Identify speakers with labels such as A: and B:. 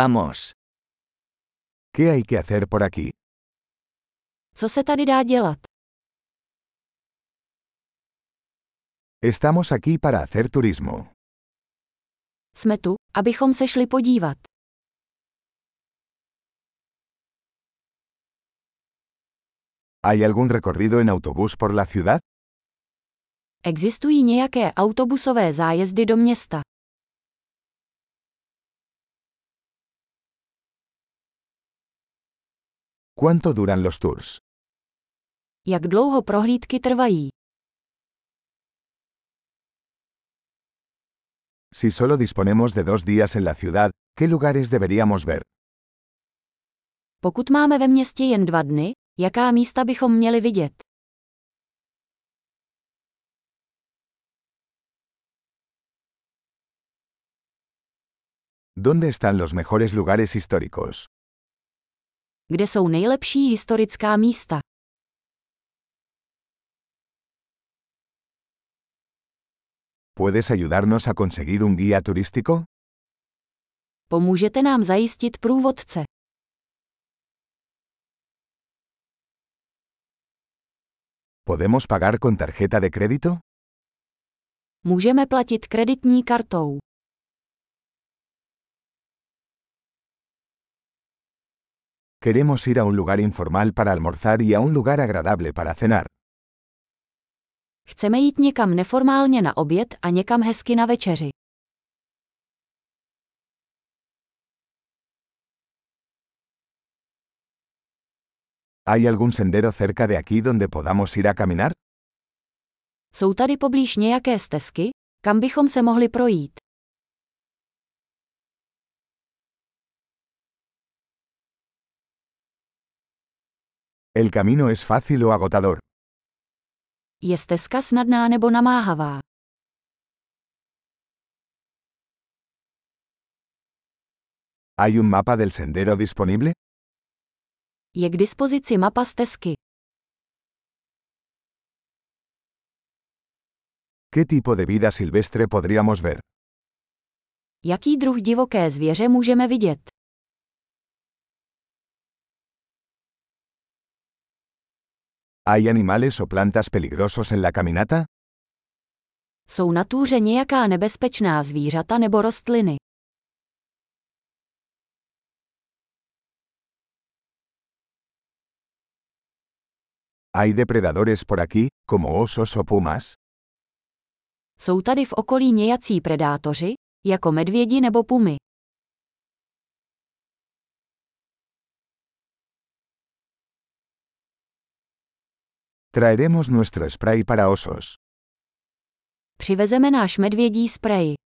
A: Vamos.
B: ¿Qué hay que hacer por aquí?
C: Co se tady dá dělat?
B: Estamos aquí para hacer turismo.
C: Jsme tu, abychom se šli podívat.
B: ¿Hay algún recorrido en autobús por la ciudad?
C: Existují nějaké autobusové zájezdy do města.
B: ¿Cuánto duran los tours?
C: Jak dlouho prohlídky trvají?
B: Si solo disponemos de dos días en la ciudad, ¿qué lugares deberíamos ver?
C: Pokud máme ve městě jen dva dny, jaká místa bychom měli vidět?
B: ¿Dónde están los mejores lugares históricos?
C: Kde jsou nejlepší historická místa?
B: ¿Puedes ayudarnos a conseguir un guía turístico?
C: Pomůžete nám zajistit průvodce.
B: ¿Podemos pagar con tarjeta de crédito?
C: Můžeme platit kreditní kartou.
B: Queremos ir a un lugar informal para almorzar y a un lugar agradable para cenar.
C: Chceme jít někam neformálně na oběd a někam hezky na večeři.
B: ¿Hay algún sendero cerca de aquí donde podamos ir a caminar?
C: Jsou tady poblíž nějaké stezky, kam bychom se mohli projít?
B: ¿El camino es fácil o agotador?
C: Je stezka snadná nebo namáhavá?
B: ¿Hay un mapa del sendero disponible?
C: Je k dispozici mapa stezky.
B: ¿Qué tipo de vida silvestre podríamos ver?
C: Jaký druh divoké zvěře můžeme vidět?
B: ¿Hay animales o plantas peligrosos en la caminata?
C: Jsou na túře nějaká nebezpečná zvířata nebo rostliny?
B: ¿Hay depredadores por aquí, como osos o pumas?
C: Jsou tady v okolí nějací predátoři, jako medvědi nebo pumy?
B: Traeremos nuestro spray para osos.
C: Přivezeme náš medvědí sprej.